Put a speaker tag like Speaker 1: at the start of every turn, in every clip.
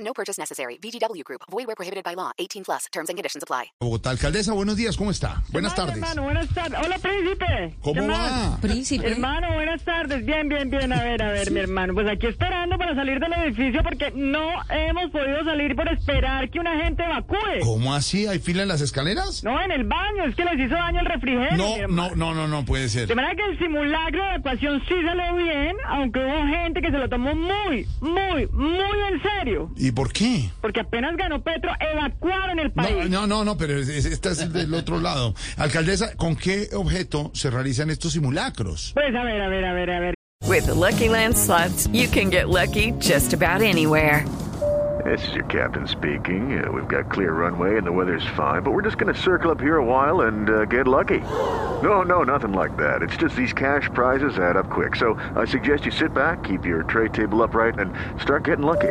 Speaker 1: No purchase necessary. VGW Group. Void where prohibited by law. 18 plus. Terms and conditions apply.
Speaker 2: Bogotá, alcaldesa, buenos días, ¿cómo está? Buenas
Speaker 3: Ay,
Speaker 2: tardes.
Speaker 3: Hermano, buenas tardes. Hola, príncipe.
Speaker 2: ¿Cómo
Speaker 3: ¿Qué
Speaker 2: va? ¿Eh?
Speaker 3: más?
Speaker 4: Príncipe.
Speaker 3: Hermano, buenas tardes. Bien, bien, bien. A ver, a ver, mi hermano. Pues aquí esperando para salir del edificio porque no hemos podido salir por esperar que una gente evacúe.
Speaker 2: ¿Cómo así? ¿Hay fila en las escaleras?
Speaker 3: No, en el baño. Es que les hizo daño el refrigerio. mi
Speaker 2: No,
Speaker 3: hermano.
Speaker 2: no, no, no, no puede ser.
Speaker 3: De manera que el simulacro de evacuación sí salió bien, aunque hubo gente que se lo tomó muy, muy, muy en serio.
Speaker 2: ¿Y por qué?
Speaker 3: Porque apenas ganó Petro, evacuaron el país.
Speaker 2: No, no, no, no, pero es- es- esta es del otro lado. Alcaldesa, ¿con qué objeto se realizan estos simulacros?
Speaker 3: Pues a ver, a ver, a ver, a ver.
Speaker 5: With the Lucky Land slots, you can get lucky just about anywhere.
Speaker 6: This is your captain speaking. Uh, we've got clear runway and the weather's fine, but we're just going to circle up here a while and uh, get lucky. No, no, nothing like that. It's just these cash prizes add up quick. So I suggest you sit back, keep your tray table upright, and start getting lucky.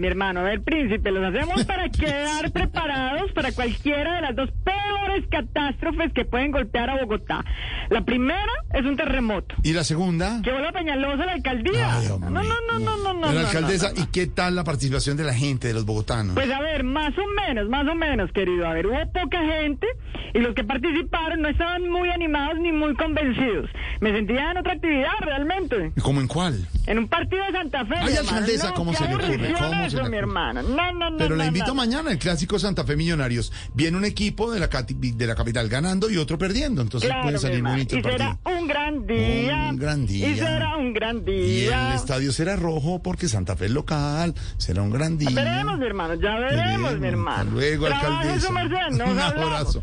Speaker 3: Mi hermano, a ver, príncipe, los hacemos para quedar preparados para cualquiera de las dos peores catástrofes que pueden golpear a Bogotá. La primera es un terremoto,
Speaker 2: ¿Y la segunda?
Speaker 3: que voló a Peñalosa la alcaldía.
Speaker 2: Ay,
Speaker 3: no,
Speaker 2: hombre.
Speaker 3: no, no, no, no, no.
Speaker 2: Pero,
Speaker 3: no,
Speaker 2: alcaldesa,
Speaker 3: no, no.
Speaker 2: ¿y qué tal la participación de la gente, de los bogotanos?
Speaker 3: Pues a ver, más o menos, más o menos, querido. A ver, hubo poca gente y los que participaron no estaban muy animados ni muy convencidos. Me sentía en otra actividad realmente.
Speaker 2: ¿Cómo en cuál?
Speaker 3: En un partido de Santa Fe.
Speaker 2: Ay,
Speaker 3: mi hermano.
Speaker 2: alcaldesa,
Speaker 3: No,
Speaker 2: ¿cómo
Speaker 3: qué
Speaker 2: se le ocurre?
Speaker 3: aburrición
Speaker 2: ¿Cómo se le
Speaker 3: eso,
Speaker 2: ocurre?
Speaker 3: mi hermano. No, no, no.
Speaker 2: Pero la
Speaker 3: no,
Speaker 2: invito
Speaker 3: no.
Speaker 2: mañana al clásico Santa Fe Millonarios. Viene un equipo de la, cati- de la capital ganando y otro perdiendo, entonces
Speaker 3: Claro,
Speaker 2: puede
Speaker 3: mi
Speaker 2: salir
Speaker 3: hermano.
Speaker 2: bonito el
Speaker 3: y
Speaker 2: partido.
Speaker 3: será un gran día.
Speaker 2: Un gran día.
Speaker 3: Y será un gran
Speaker 2: Y el
Speaker 3: día.
Speaker 2: estadio será rojo porque Santa Fe es local, será un gran día.
Speaker 3: Veremos, mi hermano, ya veremos, mi hermano.
Speaker 2: Hasta luego,
Speaker 3: Trabaje
Speaker 2: alcaldesa.
Speaker 3: su merced, nos
Speaker 2: un
Speaker 3: hablamos.
Speaker 2: abrazo.